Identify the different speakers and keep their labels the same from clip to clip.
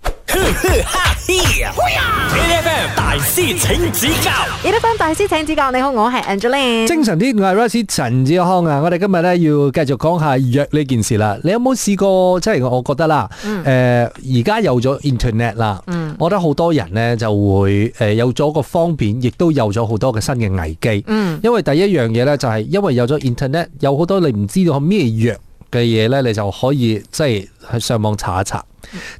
Speaker 1: 呵呵哈嘿呀！A F M 大師請指教
Speaker 2: 一得分大師請指教，你好，我係 Angeline。
Speaker 3: 精神啲，我係 Rosie 陳志康啊！我哋今日咧要繼續講下藥呢件事啦。你有冇試過？即係我覺得啦，誒而家有咗 Internet 啦，我覺得好多人咧就會誒有咗個方便，亦都有咗好多嘅新嘅危機。
Speaker 2: 嗯
Speaker 3: 因為第一樣嘢咧就係因為有咗 Internet，有好多你唔知道咩藥嘅嘢咧，你就可以即係去上網查一查。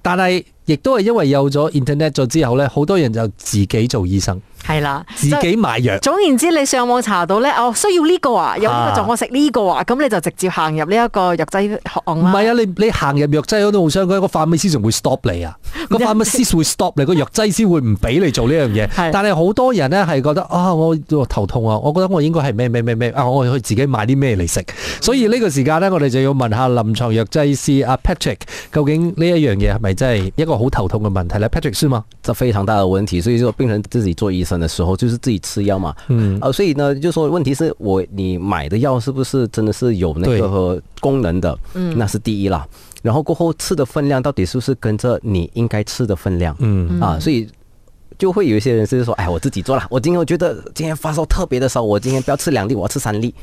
Speaker 3: 但係亦都係因為有咗 Internet 咗之後咧，好多人就自己做醫生，
Speaker 2: 係啦，
Speaker 3: 自
Speaker 2: 就
Speaker 3: 己買藥。
Speaker 2: 總言之，你上網查到咧，哦，需要呢個啊，有呢個
Speaker 3: 啊
Speaker 2: 狀，我食呢個啊，咁你就直接行入呢一個藥劑行
Speaker 3: 唔
Speaker 2: 啦。
Speaker 3: 係啊，你你行入藥劑嗰度相關，個 pharmacist 仲會 stop 你啊，個 pharmacist 會 stop 你，個藥劑師會唔俾你做呢樣嘢
Speaker 2: 係。
Speaker 3: 但係好多人咧係覺得啊，我我頭痛啊，我覺得我應該係咩咩咩咩啊，我去自己買啲咩嚟食。所以呢個時間咧，我哋就要問下臨床藥劑師阿 Patrick，究竟呢一樣嘢係咪真係一個好頭痛嘅問題咧？Patrick 先嘛，
Speaker 4: 这非常大的问题。所以说，病人自己做医生的时候，就是自己吃药嘛。
Speaker 3: 嗯
Speaker 4: 呃，所以呢，就说问题是我你买的药是不是真的是有那
Speaker 3: 对
Speaker 4: 个呃功能的？嗯，那是第一啦。然后过后吃的分量到底是不是跟着你应该吃的分量？
Speaker 3: 嗯，
Speaker 4: 啊，所以就会有一些人是说，哎，我自己做啦。我今天我觉得今天发烧特别的烧，我今天不要吃两粒，我要吃三粒。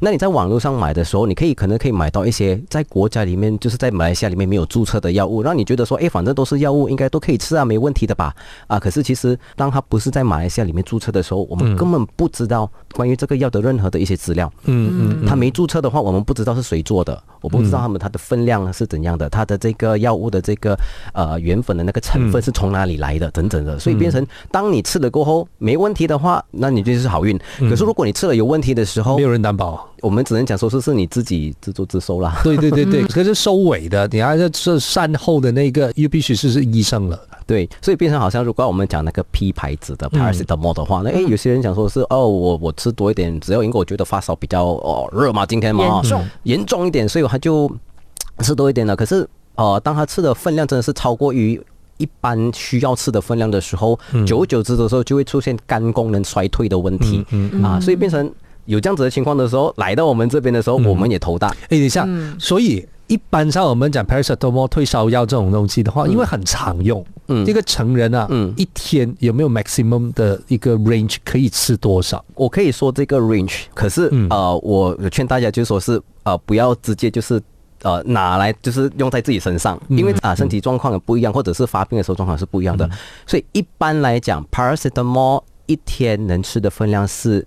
Speaker 4: 那你在网络上买的时候，你可以可能可以买到一些在国家里面，就是在马来西亚里面没有注册的药物，让你觉得说，哎，反正都是药物，应该都可以吃啊，没问题的吧？啊，可是其实当它不是在马来西亚里面注册的时候，我们根本不知道关于这个药的任何的一些资料。
Speaker 3: 嗯
Speaker 4: 嗯，它没注册的话，我们不知道是谁做的，我不知道他们它的分量是怎样的，它的这个药物的这个呃原粉的那个成分是从哪里来
Speaker 3: 嗯
Speaker 4: 的，等等的，所以变成当你吃了过后没问题的话，那你就是好运。可是如果你吃了有问题的时候
Speaker 3: 嗯没，有人担保啊。
Speaker 4: 我们只能讲说是是你自己自作自受啦。
Speaker 3: 对对对对，可是收尾的，你看这这善后的那个又必须是是医生了。
Speaker 4: 对，所以变成好像如果我们讲那个 P 牌子的
Speaker 2: 嗯
Speaker 4: paracetamol 的话，那诶有些人讲说是哦，我我吃多一点，只要因为我觉得发烧比较哦热嘛，今天嘛
Speaker 2: 严重
Speaker 4: 嗯严重一点，所以他就吃多一点了。可是呃，当他吃的分量真的是超过于。一般需要吃的分量的时候，
Speaker 2: 嗯
Speaker 4: 久而久之的时候就会出现肝功能衰退的问题、
Speaker 2: 嗯
Speaker 4: 啊，所以变成有这样子的情况的时候，来到我们这边的时
Speaker 2: 嗯
Speaker 4: 候，我们也头大。
Speaker 3: 哎，等一下，所以一般上我们讲 paracetamol 退烧药这种东西的话，因为很常用，
Speaker 4: 嗯
Speaker 3: 一个成人啊，
Speaker 4: 嗯
Speaker 3: 一天有没有 maximum 的一个 range 可以吃多少？
Speaker 4: 我可以说这个 range，可是、
Speaker 3: 嗯
Speaker 4: 呃，我劝大家就说是呃，不要直接就是呃拿来就是用在自己身上，因为啊、身体状况也不一样，或者是发病的时候状况是不一样的，所以一般来讲，paracetamol 一天能吃的分量是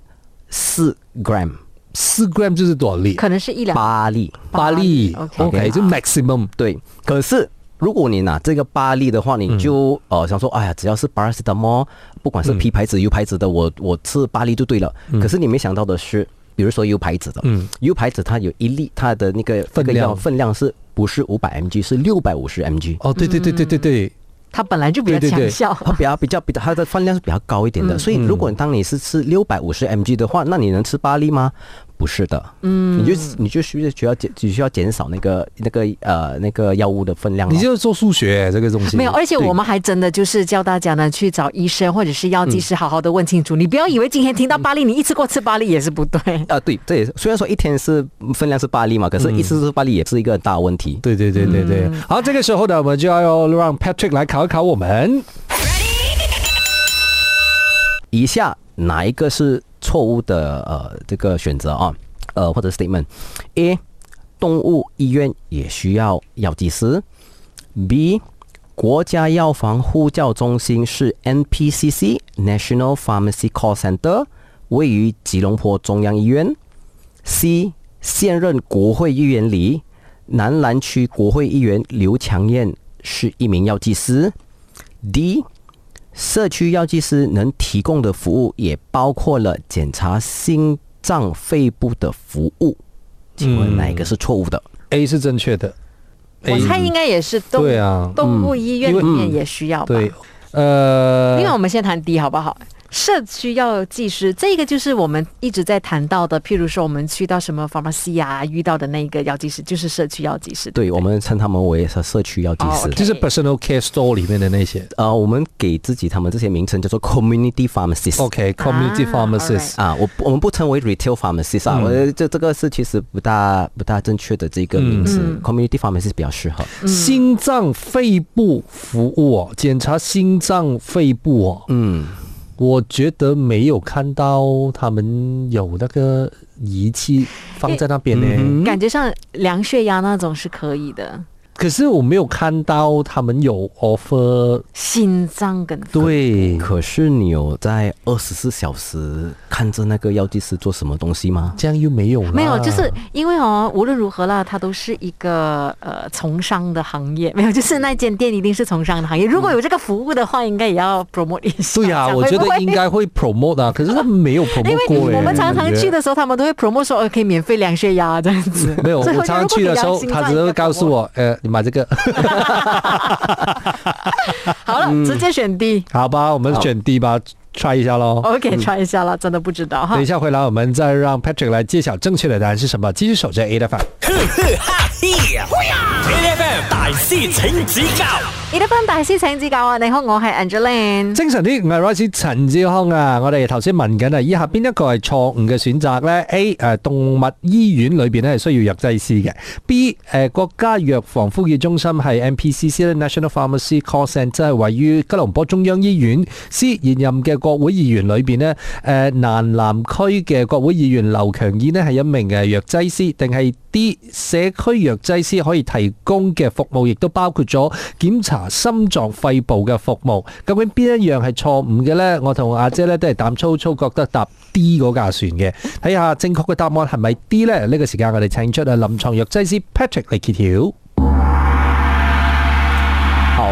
Speaker 4: 四 gram
Speaker 3: 四 gram 就是多少粒？
Speaker 2: 可能是一兩
Speaker 4: 八粒，
Speaker 3: 八粒
Speaker 2: 八粒，OK
Speaker 3: ，OK，就 maximum。
Speaker 4: 对，可是。如果你拿这个八粒的话，你就、
Speaker 3: 嗯
Speaker 4: 呃想说，哎呀，只要是 paracetamol，不管是 P 牌子、U 牌子的，我我吃八粒就对了。可是你没想到的是，比如说 U 牌子的，
Speaker 3: 嗯
Speaker 4: ，U 牌子它有一粒，它的那个
Speaker 3: 分量
Speaker 4: 这个药分量是不是五百 mg，是六百五十 mg。
Speaker 3: 哦，对对对
Speaker 2: 嗯
Speaker 3: 对对对，
Speaker 2: 它本來就比較
Speaker 3: 對對對
Speaker 2: 強效。
Speaker 4: 它比较比较比较，它的分量是比较高一点
Speaker 3: 嗯
Speaker 4: 的，所以如果当你是吃六百五十 mg 的话，那你能吃八粒吗？不是的，嗯，你就你就需需要减，只需要减少那个那个呃那个药物的分量咯。啊
Speaker 3: 你就是做数学这个东西。
Speaker 2: 没有，而且
Speaker 3: 对
Speaker 2: 我们还真的就是教大家呢，去找医生或者是药剂师好好的问清楚。你不要以为今天听到巴黎，你一次过吃巴黎也是不对。
Speaker 4: 啊，对，这也是虽然说一天是嗯分量是八粒嘛，可是一次是八粒也是一个很大的问题。
Speaker 3: 对对对对对。
Speaker 2: 嗯
Speaker 3: 好，这个时候呢，我们就要让 Patrick 来考一考我们。
Speaker 4: 以下哪一个是错误的呃这个选择啊？呃或者 statement？A. 动物医院也需要药剂师。B. 国家药房呼叫中心是 NPCC National Pharmacy Call Center，位于吉隆坡中央医院。C 现任国会议员里，南兰区国会议员刘强燕是一名药剂师。D 社区药剂师能提供的服务也包括了检查心脏、肺部的服务。请问哪一个是错误的？
Speaker 3: A 是正确的。
Speaker 2: 我猜应该也是动
Speaker 3: 对啊
Speaker 2: 动物医院里
Speaker 3: 因为
Speaker 2: 面也需要吧。
Speaker 3: 对，呃，
Speaker 2: 因为我们先谈 D 好不好？社区要有技师，这个就是我们一直在谈到的，譬如说我们去到什么 pharmacy 啊，遇到的那个药剂师就是社区药剂师。
Speaker 4: 对我们称他们为社社区药剂
Speaker 2: 哦
Speaker 4: 师。
Speaker 2: ，OK
Speaker 3: 就是 personal care store 里面的那些。
Speaker 4: 呃，我们给自己他们这些名称叫做 community pharmacist。
Speaker 3: OK，community、
Speaker 2: 啊
Speaker 3: pharmacist，、
Speaker 4: 啊，我不我们不称为 retail pharmacist 啊，我觉得这这个是其实不大不大正确的这个名词、c o m m u n i t y pharmacist 比较适合。
Speaker 3: 心脏肺部服务哦，检查心脏肺部哦，
Speaker 4: 嗯，
Speaker 3: 我觉得没有看到他们有那个仪器放在那边呢。
Speaker 2: 感觉上量血压那种是可以的，
Speaker 3: 可是我没有看到他们有 offer，
Speaker 2: 心脏跟
Speaker 3: 对，
Speaker 4: 可是你有在二十四小时看着那个药剂师做什么东西吗？
Speaker 3: 这样又没有啦
Speaker 2: 没有，就是因为哦，无论如何啦，它都是一个呃从商的行业， 没有，就是那间店一定是从商的行业。如果有这个服务的话，应该也要 promote 一下。
Speaker 3: 对呀、
Speaker 2: 这样
Speaker 3: 我觉
Speaker 2: 会不
Speaker 3: 得
Speaker 2: 会
Speaker 3: 应。该会 promote 啊，可是他们没 有
Speaker 2: 因
Speaker 3: promote 过耶
Speaker 2: 为我们常常去
Speaker 3: 感觉
Speaker 2: 的时候，他们都会 promote 说，哦，可以免费量血压这样子。
Speaker 3: 没有，我
Speaker 2: 所以
Speaker 3: 常常去的时候，
Speaker 2: 觉得如果
Speaker 3: 他
Speaker 2: 给
Speaker 3: 只
Speaker 2: 良
Speaker 3: 会
Speaker 2: 心
Speaker 3: 告诉
Speaker 2: 照应该
Speaker 3: 我，呃，你买这个，
Speaker 2: 好了，
Speaker 3: 嗯
Speaker 2: 直接选 D。
Speaker 3: 好吧，我们选 D 吧，try 一下喽。
Speaker 2: OK，try 一下了，真的不知道哈
Speaker 3: 等一。下回来，我们再让 Patrick 来揭晓正确的答案是什么。继续守着 A 的范。
Speaker 1: 哈嘿呀！A F M 大师请指教
Speaker 2: 伊德芬大師請指教啊！你好，我係 Angeline。
Speaker 3: 精神啲，我系 Rice 陳志康啊！我哋頭先問緊啊，以下邊一個係錯誤嘅選擇呢 a 诶、動物醫院裏边咧係需要藥劑師嘅；B 诶、國家藥房呼叫中心係 NPCC 咧 National Pharmacy Call Centre，即係位於吉隆坡中央醫院。C 現任嘅國會議員裏边呢，诶、南南區嘅國會議員劉強義呢係一名嘅藥劑師，定係 D 社區藥劑師可以提供嘅服務，亦都包括咗檢查心臟肺部嘅服務。究竟邊一樣係錯誤嘅呢？我同阿姐呢都係膽粗粗覺得答 D 嗰架船嘅，睇下正確嘅答案係咪 D 呢？呢、個時間我哋請出啊臨床藥劑師 Patrick 嚟揭曉。
Speaker 4: 好，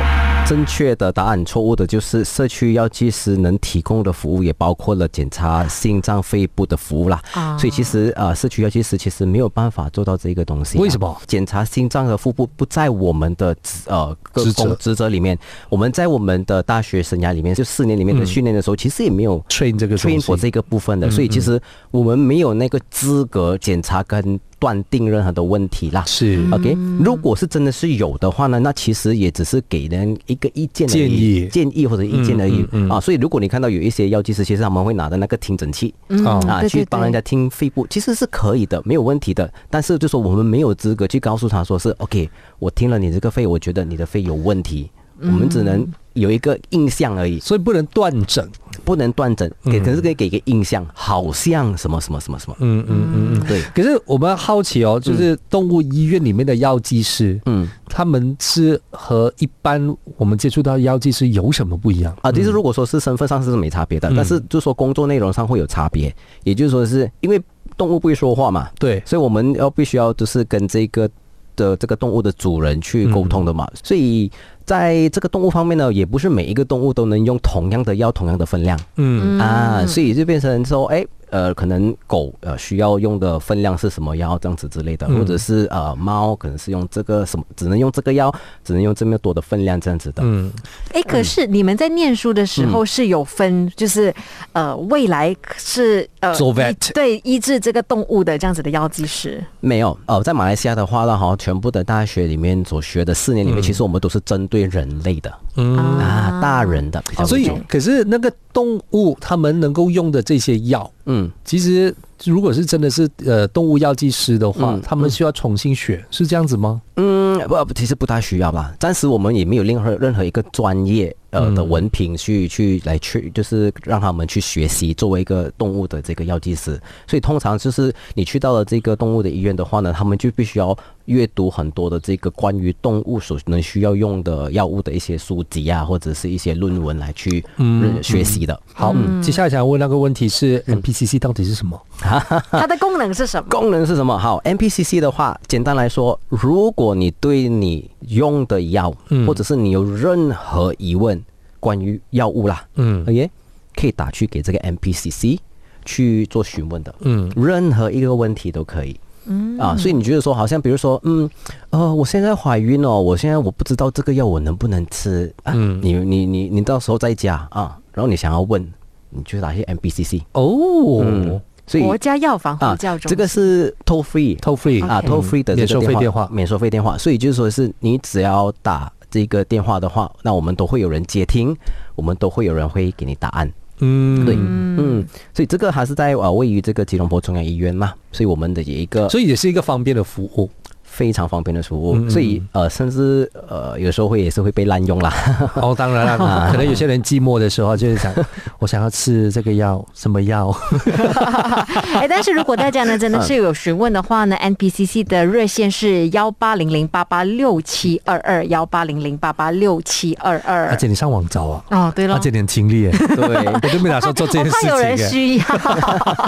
Speaker 4: 正确的答案，错误的就是社区药剂师能提供的服务也包括了检查心脏、肺部的服务啦。
Speaker 2: 啊
Speaker 4: 所以其实呃，社区药剂师其实没有办法做到这个东西啊。
Speaker 3: 为什么
Speaker 4: 检查心脏和腹部不在我们的职呃个
Speaker 3: 职责
Speaker 4: 工职责里面，我们在我们的大学生涯里面，就四年里面的训练的时候，其实也没有
Speaker 3: 嗯 train 这个东
Speaker 4: train
Speaker 3: 西嗯
Speaker 4: for 这个部分的，所以其实我们没有那个资格检查跟断定任何的问题啦。
Speaker 3: 是
Speaker 4: OK，如果是真的是有的话呢，那其实也只是给人一个意见而已
Speaker 3: 建议
Speaker 4: 建议或者意见而已、啊。所以如果你看到有一些药剂师，其实他们会拿着那个听诊器、
Speaker 3: 哦
Speaker 4: 啊，
Speaker 2: 对
Speaker 4: 去
Speaker 2: 对
Speaker 4: 帮人
Speaker 2: 对
Speaker 4: 家听肺部，其实是可以的，没有问题的。但是就说我们没有资格去告诉他说是 OK，我听了你这个肺，我觉得你的肺有问题，
Speaker 2: 嗯
Speaker 4: 我们只能有一个印象而已。
Speaker 3: 所以不能斷症。
Speaker 4: 不能断诊，给可是可以给一个印象，好像什么什么什么什么。嗯嗯嗯嗯，对，
Speaker 3: 可是我们好奇哦，就是动物医院里面的药剂师，
Speaker 4: 嗯
Speaker 3: 他们是和一般我们接触到的药剂师有什么不一样？
Speaker 4: 啊，其实如果说是身份上是没差别的，但是就说工作内容上会有差别，也就是说是因为动物不会说话嘛，
Speaker 3: 对，
Speaker 4: 所以我们要必须要就是跟这个的这个动物的主人去沟通的嘛，所以在这个动物方面呢，也不是每一个动物都能用同样的药、同样的分量。
Speaker 3: 嗯，
Speaker 4: 啊，所以就变成说，哎、呃，可能狗呃需要用的分量是什么药这样子之类的，或者是呃猫可能是用这个什么，只能用这个药，只能用这么多的分量这样子的。嗯，
Speaker 2: 哎，可是你们在念书的时
Speaker 3: 嗯
Speaker 2: 候是有分，就是呃，未来是呃
Speaker 3: 做
Speaker 2: 医
Speaker 3: vet
Speaker 2: 对医治这个动物的这样子的药剂师。
Speaker 4: 没有呃，在马来西亚的话呢，哈，全部的大学里面所学的四年
Speaker 3: 嗯
Speaker 4: 里面，其实我们都是针对人类的、啊，大人的比较
Speaker 3: 哦所以
Speaker 4: 多
Speaker 3: 可是那个动物他们能够用的这些药，
Speaker 4: 嗯，
Speaker 3: 其实如果是真的是呃动物药剂师的话，
Speaker 4: 嗯
Speaker 3: 他们需要重新学，是这样子吗？
Speaker 4: 嗯，不，其实不大需要吧。暂时我们也没有任何任何一个专业呃的文凭去去来去，就是让他们去学习作为一个动物的这个药剂师。所以通常就是你去到了这个动物的医院的话呢，他们就必须要阅读很多的这个关于动物所能需要用的药物的一些书籍啊，或者是一些论文来去认学习的。
Speaker 3: 好，
Speaker 4: 嗯
Speaker 3: 接下来想要问那个问题是 NPCC 到底是什么？
Speaker 2: 它的功能是什 么？
Speaker 4: 功能是什么？好，NPCC 的话，简单来说，如果你对你用的药，
Speaker 3: 嗯
Speaker 4: 或者是你有任何疑问关于药物啦，
Speaker 3: 嗯
Speaker 4: ，OK，可以打去给这个 NPCC 去做询问的，
Speaker 3: 嗯，
Speaker 4: 任何一个问题都可以。嗯啊，所以你觉得说，好像比如说，嗯，呃，我现在怀孕哦，我现在我不知道
Speaker 3: 嗯
Speaker 4: 这个药我能不能吃啊？你你你你到时候再加啊，然后你想要问你就打去 MBCC。
Speaker 3: 哦，
Speaker 4: 所以
Speaker 2: 国家药房
Speaker 4: 啊
Speaker 2: 呼叫，中心、
Speaker 4: 这个是 toll free，
Speaker 3: toll free
Speaker 4: 啊
Speaker 2: OK
Speaker 4: ，toll free 的这
Speaker 3: 免
Speaker 4: 个
Speaker 3: 收费电话
Speaker 4: 免收费电话，所以就是说是你只要打这个电话的话，那我们都会有人接听，我们都会有人会给你答案。
Speaker 3: 嗯，
Speaker 4: 对，嗯，所以这个还是在呃位于这个吉隆坡中央医院嘛，所以我们的有一
Speaker 2: 嗯
Speaker 4: 个
Speaker 3: 所以也是一个方便的服务。
Speaker 4: 非常方便的服务，
Speaker 3: 嗯嗯
Speaker 4: 所以呃甚至呃有时候会也是会被滥用啦。
Speaker 3: 哦，当然
Speaker 2: 啊
Speaker 3: 了，可能有些人寂寞的时候就是想， 我想要吃这个药，什 么药？
Speaker 2: 哎，但 是如果大家呢真
Speaker 3: 嗯
Speaker 2: 的是有询问的话呢，NPCC 的热线是幺八零零八八六七二二幺八零零八八六七二
Speaker 3: 而
Speaker 2: 二。
Speaker 3: 且你上网找啊，
Speaker 2: 哦，对了
Speaker 3: 花，这点精 力耶，
Speaker 4: 对
Speaker 3: 我都没打算做这
Speaker 2: 我
Speaker 3: 件事
Speaker 2: 怕有人
Speaker 3: 情耶。
Speaker 2: 需要。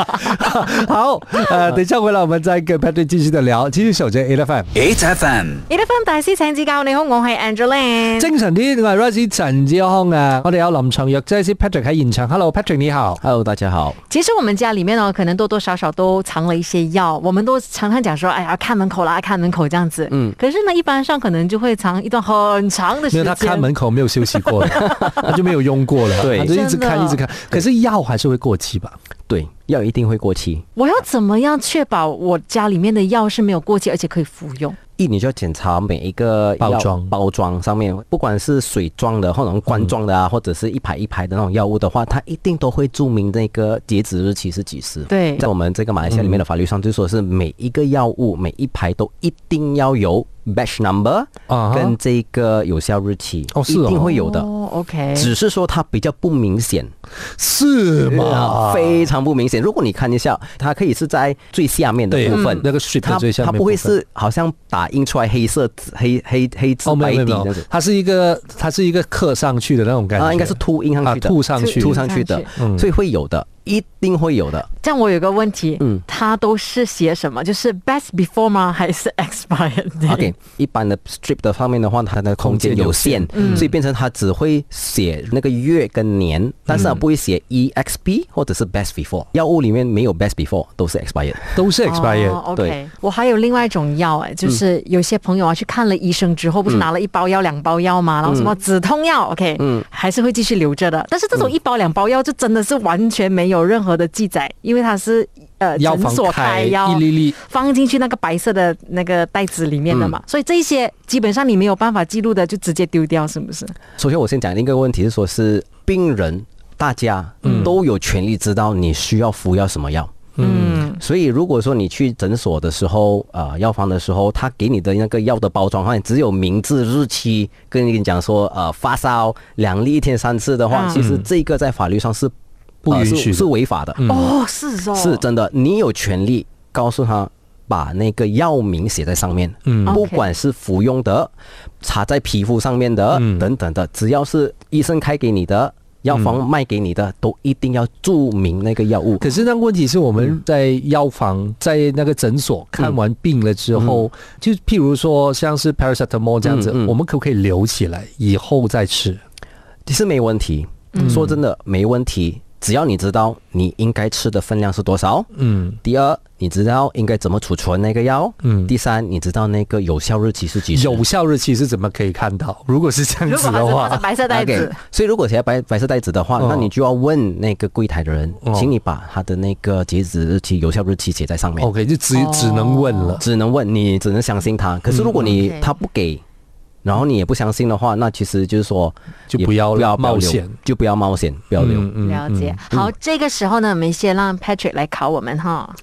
Speaker 3: 好，呃，等一下回来我们再跟 Patrick 继续的聊，继续守着 A F M。
Speaker 2: 嗯
Speaker 1: ，H F M，
Speaker 2: 你得分大師請指教，你好，我係 Angeline。
Speaker 3: 精神啲，我係 r o s e 陳志康啊，我哋有臨床藥劑師 Patrick 喺現場。Hello，Patrick 你好。
Speaker 4: Hello，大家好，
Speaker 2: 其实我们家里面呢，可能多多少少都藏了一些药，我们都常常讲说，哎呀，看门口啦，看门口这样子。嗯。可是呢，一般上可能就会藏一段很长的时
Speaker 3: 因
Speaker 2: 间。
Speaker 3: 为他看门口没有休息 过了，他就没有用过了，
Speaker 4: 对
Speaker 3: 他就一直
Speaker 2: 真
Speaker 3: 看
Speaker 2: 的
Speaker 3: 一直看。可是药还是会过期吧？
Speaker 4: 对，药一定会过期。
Speaker 2: 我要怎么样确保我家里面的药是没有过期，而且可以服用？
Speaker 4: 一你就要检查每一个药
Speaker 3: 包装
Speaker 4: 包装上面，不管是水装的或者罐装的啊，或者是一排一排的那种药物的话，它一定都会注明那个截止日期是几时。
Speaker 2: 对
Speaker 4: 在我们这个马来西亚里面的法律上，就说是每一个药物每一排都一定要有 batch number
Speaker 3: 啊哈
Speaker 4: 跟这个有效日期，
Speaker 3: 哦是
Speaker 4: 一
Speaker 3: 哦
Speaker 4: 定会有的。
Speaker 2: 哦，OK。
Speaker 4: 只是说它比较不明显，
Speaker 3: 是吗？
Speaker 4: 呃
Speaker 3: 啊
Speaker 4: 非常不明显。如果你看一下，它可以是在最下面的
Speaker 3: 对
Speaker 4: 部分
Speaker 3: 嗯，那个 strip 的
Speaker 4: 它
Speaker 3: 最下面
Speaker 4: 它不会
Speaker 3: 部分
Speaker 4: 是好像打印出来黑色纸黑黑黑字
Speaker 3: 哦，没
Speaker 4: 白
Speaker 3: 有
Speaker 4: 底
Speaker 3: 没有
Speaker 4: 那
Speaker 3: 没
Speaker 4: 种
Speaker 3: 有。，它是一个它是一个刻上去的那种感觉，
Speaker 4: 啊，应该是凸印上去的，
Speaker 3: 啊凸上去嗯
Speaker 4: 凸上去的
Speaker 2: 凸，
Speaker 3: 上去
Speaker 4: 所以会有的，一定会有 的。
Speaker 2: 这样我有个问题，
Speaker 4: 嗯
Speaker 2: 它都是写什么？就是 best before 吗？还是 expired？date？
Speaker 4: OK，一般的 strip 的方面的话，它的空间有限，
Speaker 3: 嗯
Speaker 4: 所以变成它只会写那个月跟年，但
Speaker 3: 嗯
Speaker 4: 是它不会写 EXP 或者是 best before。药物里面没有 best before，都是 expired。
Speaker 3: 都是 expired，、
Speaker 2: 哦、OK，
Speaker 4: 对
Speaker 2: 我还有另外一种药
Speaker 3: 嗯
Speaker 2: 哎，就是有些朋友啊去看了医生之后，不是拿了一包药、两包药嘛，
Speaker 3: 嗯
Speaker 2: 然后什么止痛药，OK，嗯，还是会继续留着的。但是这种
Speaker 3: 嗯
Speaker 2: 一包两包药就真的是完全没有任何的记载，因为它是呃
Speaker 3: 药
Speaker 2: 诊
Speaker 3: 房
Speaker 2: 所
Speaker 3: 开
Speaker 2: 开药
Speaker 3: 一粒粒
Speaker 2: 放进去那个白色的那个袋子里面的
Speaker 3: 嗯
Speaker 2: 嘛，所以这一些基本上你没有办法记录的，就直接丢掉，是不是？
Speaker 4: 首先，我先讲一个问题是说，是病人大家
Speaker 3: 嗯
Speaker 4: 都有权利知道你需要服药什么药。
Speaker 2: 嗯，
Speaker 4: 所以，如果说你去诊所的时候，呃，药房的时候，他给你的那个药的包装上只有名字、日期，跟你讲说，呃，发烧两粒一天三次的话，
Speaker 2: 嗯
Speaker 4: 其实这个在法律上是
Speaker 3: 不
Speaker 4: 呃
Speaker 3: 允
Speaker 4: 是
Speaker 3: 许的
Speaker 4: 是违法
Speaker 3: 嗯
Speaker 4: 的，
Speaker 2: 哦，是哦，
Speaker 4: 是真的。你有权利告诉他把那个药名写在上面，
Speaker 3: 嗯
Speaker 2: OK
Speaker 4: 不管是服用的、擦在皮肤上面的、
Speaker 3: 嗯
Speaker 4: 等等的，只要是医生开给你的。药房卖给你的都一定要注明那个药物，
Speaker 3: 可是那个问题是我们在药房、在那个诊所看完病了之后，就譬如说像是 paracetamol 这样子，
Speaker 4: 嗯嗯嗯
Speaker 3: 我们可不可以留起来以后再吃？
Speaker 4: 其实没问题，
Speaker 3: 嗯
Speaker 4: 说真的没问题，只要你知道你应该吃的分量是多少。
Speaker 3: 嗯，
Speaker 4: 第二，你知道应该怎么储存那个药。
Speaker 3: 嗯
Speaker 4: 第三，你知道那个有效日期是几时。
Speaker 3: 有效日期是怎么可以看到？如果是这样
Speaker 2: 如
Speaker 3: 子
Speaker 2: 果它
Speaker 3: 的
Speaker 2: 是
Speaker 3: 话
Speaker 2: 放在，白色袋子
Speaker 4: OK，所以啊如果写白白色袋子的话，
Speaker 3: 哦
Speaker 4: 那你就要问那个柜台的人，
Speaker 3: 哦
Speaker 4: 请你把他的那个截止日期、有效日期写在上面。
Speaker 3: OK，就只
Speaker 2: 哦
Speaker 3: 只能问了。
Speaker 4: 只能问你，只能相信
Speaker 3: 嗯
Speaker 4: 他。可是如果你、
Speaker 2: OK
Speaker 4: 他不给，然后你也不相信的话，那其实就是说
Speaker 3: 就
Speaker 4: 也
Speaker 3: 不要
Speaker 4: 不要
Speaker 3: 冒
Speaker 4: 留
Speaker 3: 险，
Speaker 4: 就不要冒险，不要留。
Speaker 3: 嗯嗯
Speaker 2: 了解。好，这个时候呢，我们先让 Patrick 来考我们哈。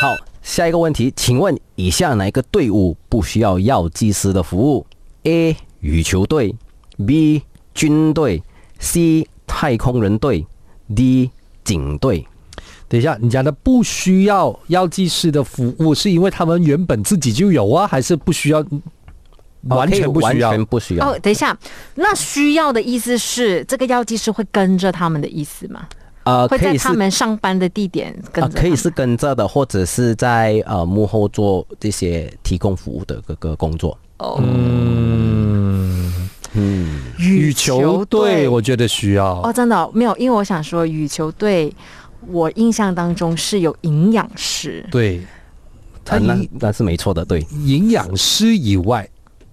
Speaker 4: 好，下一个问题，请问以下哪一个队伍不需要药剂师的服务？A. 羽球队，B. 军队，C. 太空人队，D. 警队。
Speaker 3: 等一下，你讲的不需要药剂师的服务，是因为他们原本自己就有啊，还是不需要？哦完全不
Speaker 4: OK，
Speaker 3: 需要
Speaker 4: 哦完。全不需要。
Speaker 2: 哦，等一下，那需要的意思是这个药剂师会跟着他们的意思吗？
Speaker 4: 呃，
Speaker 2: 会
Speaker 4: 可
Speaker 2: 在
Speaker 4: 以是
Speaker 2: 他们上班的地点跟
Speaker 4: 啊、
Speaker 2: 着、
Speaker 4: 可以是。跟着的，或者是在呃幕后做这些提供服务的各个工作。
Speaker 3: 羽球队，我觉得需要。
Speaker 2: 哦，真的哦、没有，因为我想说羽球队，我印象当中是有营养师。
Speaker 3: 对，它
Speaker 4: 啊那
Speaker 3: 营
Speaker 4: 那是没错的，对。
Speaker 3: 营养师以外，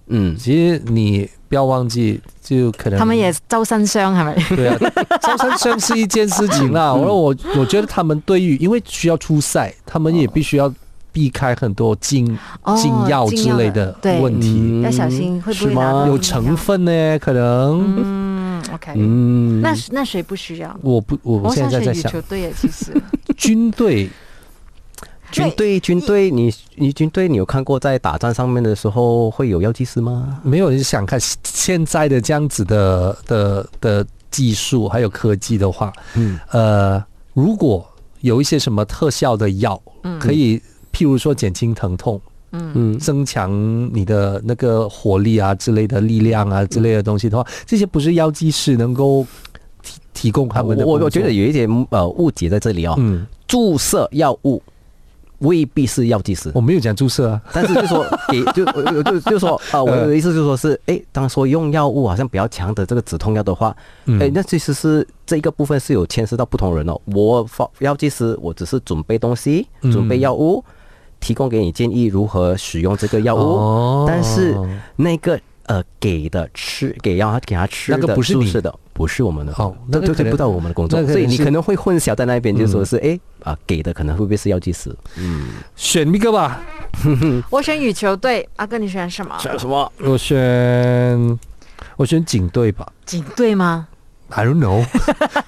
Speaker 4: 嗯，
Speaker 3: 其实你不要忘记，就可能
Speaker 2: 他们也周身伤係咪？
Speaker 3: 对啊，招生生是一件事情啦。
Speaker 4: 嗯
Speaker 3: 我我我觉得他们对于因为需要出赛，他们也必须要避开很多禁
Speaker 2: 哦
Speaker 3: 禁药之类的
Speaker 2: 禁药的
Speaker 3: 问题，
Speaker 2: 嗯要小心，会不
Speaker 4: 嗯是
Speaker 2: 会拿
Speaker 4: 吗
Speaker 2: 到
Speaker 3: 有
Speaker 2: 疫苗
Speaker 3: 成？分呢，可能
Speaker 2: 嗯，OK，
Speaker 4: 嗯，
Speaker 2: 那那谁不需要？
Speaker 3: 我不我
Speaker 2: 我
Speaker 3: 现
Speaker 2: 想
Speaker 3: 在
Speaker 2: 选
Speaker 3: 在
Speaker 2: 羽
Speaker 3: 想
Speaker 2: 球队耶，其实
Speaker 3: 军队
Speaker 4: 军队军队，你你军队，你有看过在打仗上面的时候会有药剂师吗？
Speaker 3: 没有人想看现在的这样子的的的技术还有科技的话，
Speaker 4: 嗯，
Speaker 3: 呃，如果有一些什么特效的药，
Speaker 2: 嗯
Speaker 3: 可以譬如说减轻疼痛，
Speaker 4: 嗯
Speaker 3: 增强你的那个活力啊之类的力量啊之类的东西的话，这些不是药剂师能够提提供他们的
Speaker 4: 啊我
Speaker 3: 工
Speaker 4: 我
Speaker 3: 作
Speaker 4: 觉得有一点呃误解在这里哦，
Speaker 3: 嗯，
Speaker 4: 注射药物未必是药剂师
Speaker 3: 我，没有讲注射啊，
Speaker 4: 但是就说给就 就就就说
Speaker 3: 嗯
Speaker 4: 呃，我的意思就是说是诶，当说用药物好像比较强的这个止痛药的话，
Speaker 3: 嗯
Speaker 4: 诶，那其实是这一个部分是有牵涉到不同人哦。我发药剂师，我只是准备东西，
Speaker 3: 嗯
Speaker 4: 准备药物，提供给你建议如何使用这个药物，
Speaker 3: 哦
Speaker 4: 但是那个。呃，给的吃给药，给他吃的，
Speaker 3: 那个不是你
Speaker 4: 注射的，不是我们的
Speaker 3: 哦那个
Speaker 4: 对对
Speaker 3: 可
Speaker 4: 对，
Speaker 3: 能
Speaker 4: 不到我们的工作
Speaker 3: 那，可能
Speaker 4: 所以你
Speaker 3: 是嗯
Speaker 4: 可能会混淆在那边，就说是诶，啊、给的可能会不会是药剂师？
Speaker 3: 选一个吧，
Speaker 2: 我选羽球队，阿哥你选什么？
Speaker 4: 什么？
Speaker 3: 我选我选警队吧。
Speaker 2: 警队吗？
Speaker 3: I don't know，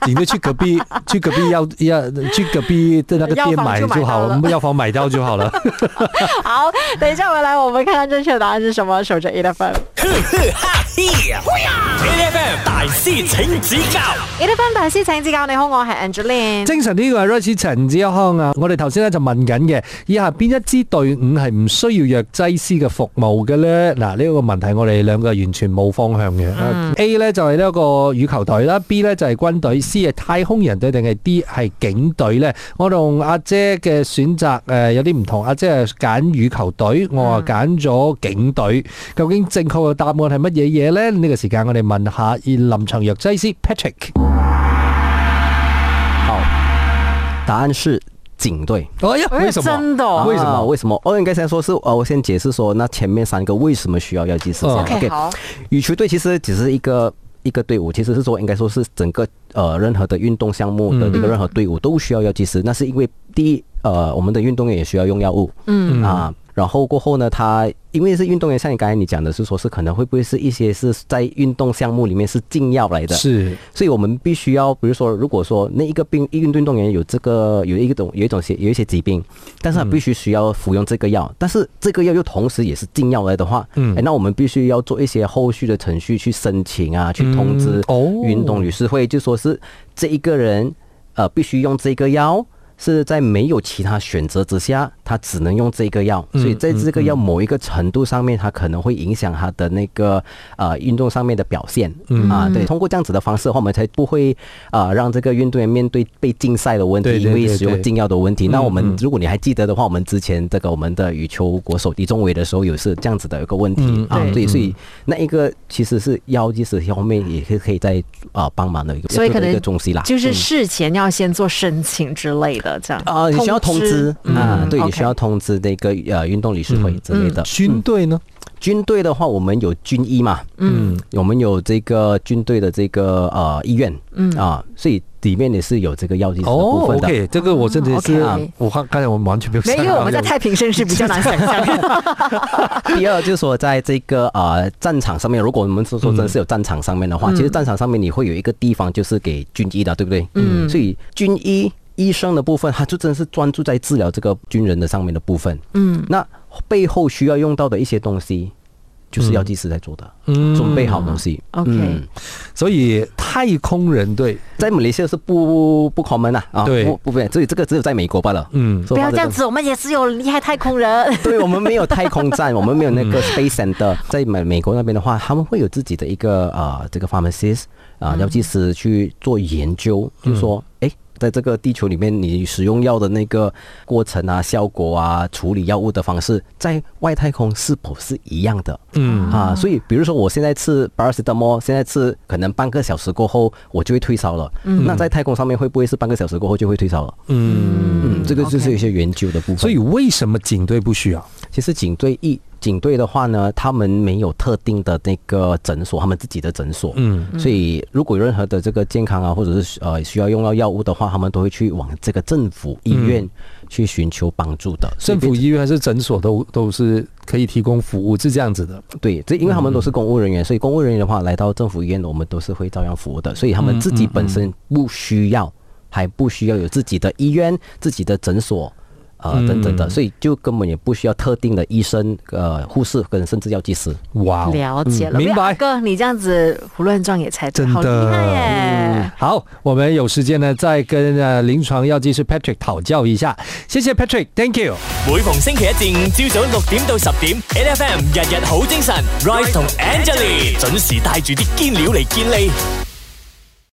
Speaker 3: 警 队去隔壁，去隔壁要要去隔壁的那个
Speaker 2: 药
Speaker 3: 店
Speaker 2: 房
Speaker 3: 买
Speaker 2: 就买
Speaker 3: 就好
Speaker 2: 到
Speaker 3: 了，
Speaker 2: 了
Speaker 3: 我们药房买到就好了。
Speaker 2: 好，等一下回来我们看看正确答案是什么。守着 e l e p h a n
Speaker 1: 呵呵哈嘿，A F M 大师請指教
Speaker 2: e l e p h a n 大師請指教，你好，我係 Angeline。
Speaker 3: 精神呢個係 Rice 陳志康啊，我哋頭先咧就問緊嘅，以下邊一支隊伍係唔需要藥劑師嘅服務嘅咧？嗱，呢個問題我哋兩個完全冇方向嘅。A 咧就係呢一個羽球隊啦，B 咧就係軍隊，C 係太空人隊定係 D 係警隊咧？我同阿姐嘅選擇誒有啲唔同，阿姐係揀羽球隊，我啊揀咗警隊。究竟正確嘅答案係乜嘢嘢咧？呢、個時間我哋問下臨場藥劑師 Patrick。
Speaker 4: 好，答案是警队。
Speaker 3: 哎呀，為什麼？
Speaker 2: 真的哦
Speaker 3: 為什麼
Speaker 4: 啊为什么？哦，应该先说是呃，我先解释说，那前面三个为什么需要药剂师先
Speaker 3: 嗯
Speaker 2: OK，好，
Speaker 4: 羽球队其实只是一个一个队伍，其实是说应该说是整个呃任何的运动项目的
Speaker 3: 嗯
Speaker 4: 这个任何队伍都需要药剂师。那是因为第一，呃，我们的运动员也需要用药物，
Speaker 2: 嗯
Speaker 4: 啊。然后过后呢，他因为是运动员，像你刚才你讲的是说，是可能会不会是一些是在运动项目里面是禁药来的，
Speaker 3: 是
Speaker 4: 所以我们必须要，比如说，如果说那一个病，一个运动员有这个有一种有一种些有一些疾病，但是他必须需要服用这个药，但是这个药又同时也是禁药来的话，
Speaker 3: 嗯
Speaker 4: 哎那我们必须要做一些后续的程序去申请啊，去通知
Speaker 3: 嗯哦
Speaker 4: 运动理事会，就说是这一个人呃必须用这个药。是在没有其他选择之下，他只能用这个药，
Speaker 3: 嗯
Speaker 4: 所以在这个药某一个程度上面，它可能会影响他的那个呃运动上面的表现。
Speaker 3: 嗯
Speaker 4: 啊，对，通过这样子的方式的话，我们才不会啊、呃让这个运动员面对被禁赛的问题，
Speaker 3: 对对
Speaker 4: 因为
Speaker 3: 对
Speaker 4: 使用
Speaker 3: 对
Speaker 4: 禁药的问题。那
Speaker 3: 嗯
Speaker 4: 我们
Speaker 3: 嗯
Speaker 4: 如果你还记得的话，我们之前这个我们的羽球国手李宗伟的时候，有是这样子的一个问题、
Speaker 3: 嗯
Speaker 4: 啊
Speaker 2: 对，
Speaker 4: 对，所以那一个其实是药剂师后面也是可以在啊、帮忙的一个，
Speaker 2: 所以可
Speaker 4: 一个一
Speaker 2: 能
Speaker 4: 个东西啦，
Speaker 2: 就是
Speaker 4: 嗯
Speaker 2: 事前要先做申请之类的，这样嗯
Speaker 4: 啊、你需要通知啊，对，你需要
Speaker 2: OK 嗯
Speaker 4: 通知那个呃运动理事
Speaker 3: 嗯
Speaker 4: 会之类的。
Speaker 3: 军队呢？
Speaker 4: 军队的话，我们有军医嘛，
Speaker 3: 嗯，
Speaker 4: 我们有这个军队的这个呃医院，嗯啊，所以里面也是有这个药剂师的部
Speaker 3: 哦
Speaker 4: 分的。
Speaker 3: ，OK，这个我真的是
Speaker 2: OK
Speaker 3: 我刚刚才我完全没有
Speaker 2: 没有，
Speaker 3: 想到，
Speaker 2: 因为我们在太平绅士比较难想 象。
Speaker 4: 第二就是说，在这个呃战场上面，如果我们是说真是有战场上面的
Speaker 3: 嗯
Speaker 4: 话，其实战场上面你会有一个地方就是给军医的，对不对？嗯，所以军医医生的部分，他就真的是专注在治疗这个军人的上面的部分。嗯，那背后需要用到的一些东西，就是药剂师在做的，
Speaker 3: 嗯
Speaker 4: 准备好东西。嗯
Speaker 2: OK，
Speaker 3: 所以太空人队，
Speaker 4: 在马来西亚是不不 common 啊，啊，
Speaker 3: 对
Speaker 4: 不不不，所以这个只有在美国罢了。
Speaker 3: 嗯
Speaker 4: 说
Speaker 2: 不
Speaker 4: 话
Speaker 2: 要
Speaker 4: 的
Speaker 2: 这样子，我们也是有厉害太空人。
Speaker 4: 对我们没有太空站，我们没有 那个 space center，在美美国那边的话，他们会有自己的一个呃这个 pharmacist 啊、
Speaker 3: 嗯
Speaker 4: 药剂师去做研究，就是说诶，在这个地球里面，你使用药的那个过程啊、效果啊、处理药物的方式，在外太空是否是一样的？
Speaker 3: 嗯
Speaker 4: 啊，所以比如说我现在吃 p a r a c e t a m o 现在吃可能半个小时过后我就会退烧了。那在太空上面会不会是半个小时过后就会退烧了？
Speaker 3: 嗯，
Speaker 4: 嗯，这个就是有一些研究的部分。
Speaker 3: 所以为什么警队不需要？
Speaker 4: 其实警队一警队的话呢，他们没有特定的那个诊所，他们自己的诊所，
Speaker 3: 嗯，
Speaker 4: 所以如果有任何的这个健康啊，或者是呃需要用到药物的话，他们都会去往这个政府医院去寻求帮助的。所以
Speaker 3: 嗯政府医院还是诊所都都是可以提供服务，是这样子的。
Speaker 4: 对，这因为他们都是公务人
Speaker 3: 嗯
Speaker 4: 员，所以公务人员的话来到政府医院，我们都是会照样服务的。所以他们自己本身不需
Speaker 3: 嗯
Speaker 4: 要，还不需要有自己的医院、自己的诊所，呃，等等
Speaker 3: 嗯
Speaker 4: 的，所以就根本也不需要特定的医生、呃，护士跟甚至药剂师。
Speaker 3: 哇哦，
Speaker 2: 了解了，
Speaker 3: 嗯明白
Speaker 2: 啊哥，你这样子胡乱撞也猜对，
Speaker 3: 真
Speaker 2: 好厉
Speaker 3: 的嗯
Speaker 2: 害耶！
Speaker 3: 好，我们有时间呢再跟呃临床药剂师 Patrick 讨教一下。谢谢 Patrick，Thank you。
Speaker 1: 每逢星期一至五朝早六點到十點，N F M 日日好精神，Rise 同 Angelie 準時帶住啲堅料嚟健利。